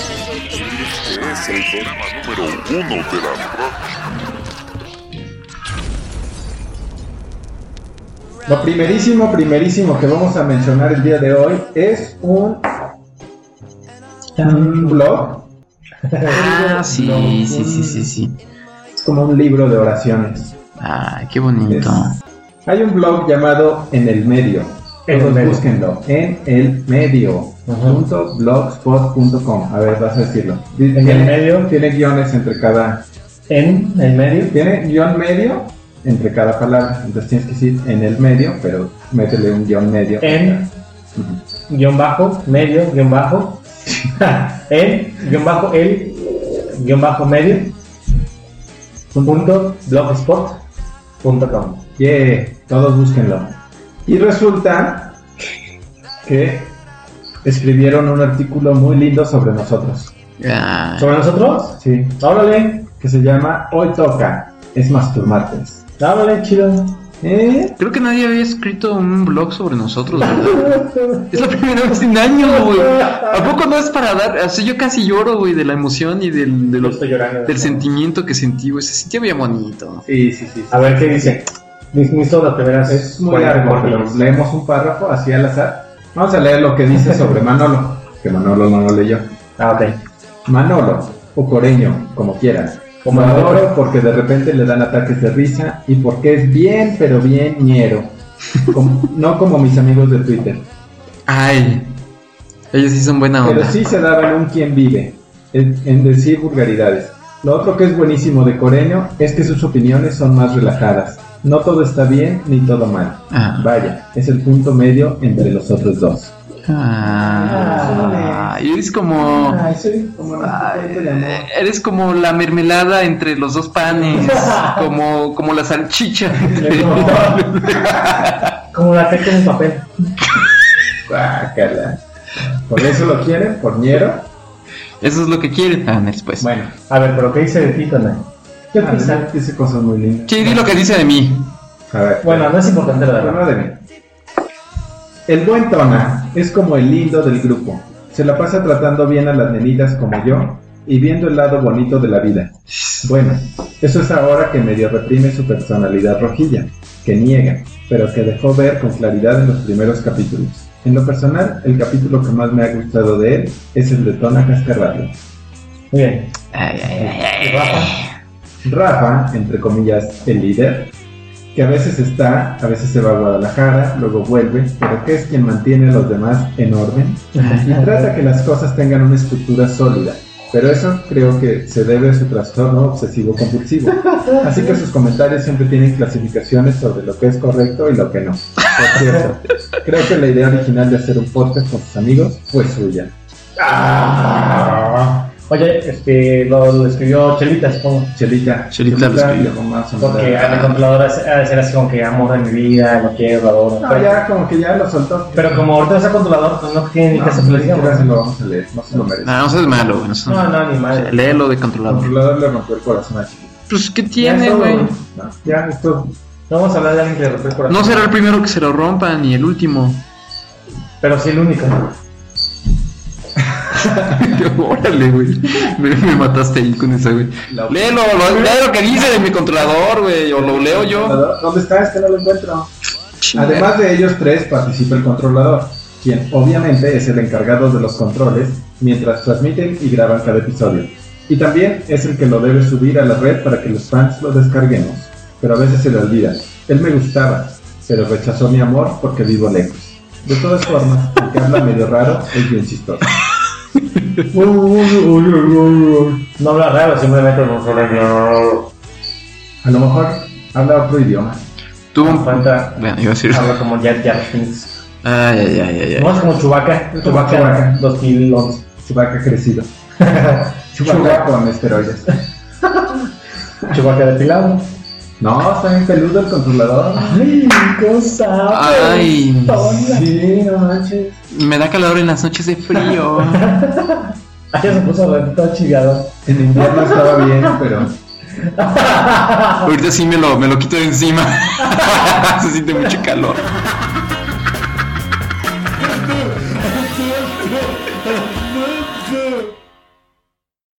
Este es el programa número uno de la radio. Lo primerísimo, primerísimo que vamos a mencionar el día de hoy es un, un blog. Ah, sí, Blog, sí, sí, un- sí, sí. Es como un libro de oraciones. Ah, qué bonito. Hay un blog llamado En el Medio. En el Todos Medio. Búsquenlo. En el Medio. punto blogspot.com. A ver, vas a decirlo. En el medio. Tiene guiones entre cada. En el medio. Tiene guión medio entre cada palabra. Entonces tienes que decir en el medio, pero métele un guión medio. En Ujú. guión bajo, medio, guión bajo. en guión bajo, el guión bajo, medio. Punto blogspot.com. Yeah, todos búsquenlo. Y resulta que escribieron un artículo muy lindo sobre nosotros. Ah, ¿Sobre nosotros? Sí, Órale, que se llama Hoy toca, es masturbartes. órale, chido. ¿Eh? creo que nadie había escrito un blog sobre nosotros, ¿verdad? Es la primera vez en años, güey. ¿A poco no es para dar? Así yo casi lloro, güey, de la emoción y del, de Yo lo- estoy llorando. del sentimiento que sentí, güey. Se sintió bien bonito. Sí, sí, sí. A ver qué dice. Listo las primeras. Es muy 40 largo, pero páginas. leemos un párrafo así al azar. Vamos a leer lo que dice sobre Manolo, que Manolo no lo leyó. Ah, ok. Manolo, o Coreño, como quieran. Lo O Manolo. adoro porque de repente le dan ataques de risa y porque es bien, pero bien ñero. Como- no como mis amigos de Twitter. Ay, ellos sí son buena Pero onda. sí se daban un quien vive en, en decir vulgaridades. Lo otro que es buenísimo de Coreño es que sus opiniones son más relajadas. No todo está bien ni todo mal. Ah, Vaya, es el punto medio entre los otros dos. ah, y es como. Ah, Ay, eh, eres como la mermelada entre los dos panes, como, como la salchicha. entre- Como la caca en el papel. Guácala. Por eso lo quieren, por ñero. Eso es lo que quieren, ah, después. Bueno, A ver, pero ¿qué dice de ti, Tona? ¿Qué Ah, piensas? dice cosas muy lindas. Sí, di lo que dice de mí. A ver. Bueno, no es importante la verdad. Primero de mí. El buen Tona es como el lindo del grupo. Se la pasa tratando bien a las nenitas como yo y viendo el lado bonito de la vida. Bueno, eso es ahora que medio reprime su personalidad rojilla, que niega, pero que dejó ver con claridad en los primeros capítulos. En lo personal, el capítulo que más me ha gustado de él es el de Tona Cascarrabias. Muy bien. Ay, ay, ay, ay. Rafa. Rafa, entre comillas, el líder, que a veces está, a veces se va a Guadalajara, luego vuelve, pero que es quien mantiene a los demás en orden y trata que las cosas tengan una estructura sólida. Pero eso creo que se debe a su trastorno obsesivo-compulsivo. Así que sus comentarios siempre tienen clasificaciones sobre lo que es correcto y lo que no. Por cierto, creo que la idea original de hacer un podcast con sus amigos fue suya. Ah. Oye, este, lo, lo escribió Chelita, supongo. Chelita. Chelita lo escribió. Diego Mazo, Porque ¿verdad? a la controladora es- ha de ser así como que amor de mi vida, lo quiero, lo adoro. No, pero, ya como que ya lo soltó. pero como ahorita es el controlador, pues no tiene ni No, que se ni siquiera se lo lo vamos a leer, no se lo merece. No, no seas malo, güey, no seas No, malo. no, ni madre. Léelo de El controlador. controlador le rompió el corazón a Chiquito. Pues, ¿qué Ya es tiene, todo, güey? güey. No, ya, esto. No vamos a hablar de alguien que le rompió el corazón. No será el primero que se lo rompa ni el último. Pero sí el único. Órale, güey. Me, me mataste ahí con esa, güey. La- Léelo, lo, lee lo que dice de mi controlador, güey. O lo leo yo. ¿Dónde está? Es que no lo encuentro. Además de ellos tres, participa el controlador, quien obviamente es el encargado de los controles mientras transmiten y graban cada episodio. Y también es el que lo debe subir a la red para que los fans lo descarguemos. Pero a veces se le olvida. Él me gustaba, pero rechazó mi amor porque vivo lejos. De todas formas, aunque habla medio raro, es bien chistoso. No habla raro, simplemente no solo A lo mejor habla otro idioma. Tuvo un- Falta Bueno, iba a decir. habla como Jar Jar Binks. Ay, ay, ay, ay, ay. No es como Chewbacca. Como Chewbacca Chewbacca. 2011. Chubaca crecido. Chubaca con esteroides. Chewbacca depilado. No, está bien peludo el controlador. Ay, cosa. Ay, Sí, no manches. me da calor en las noches de frío. Ah, ya se puso re- todo chillado. En invierno estaba bien, pero Ahorita sí me lo, me lo quito de encima. Se siente mucho calor. Bye.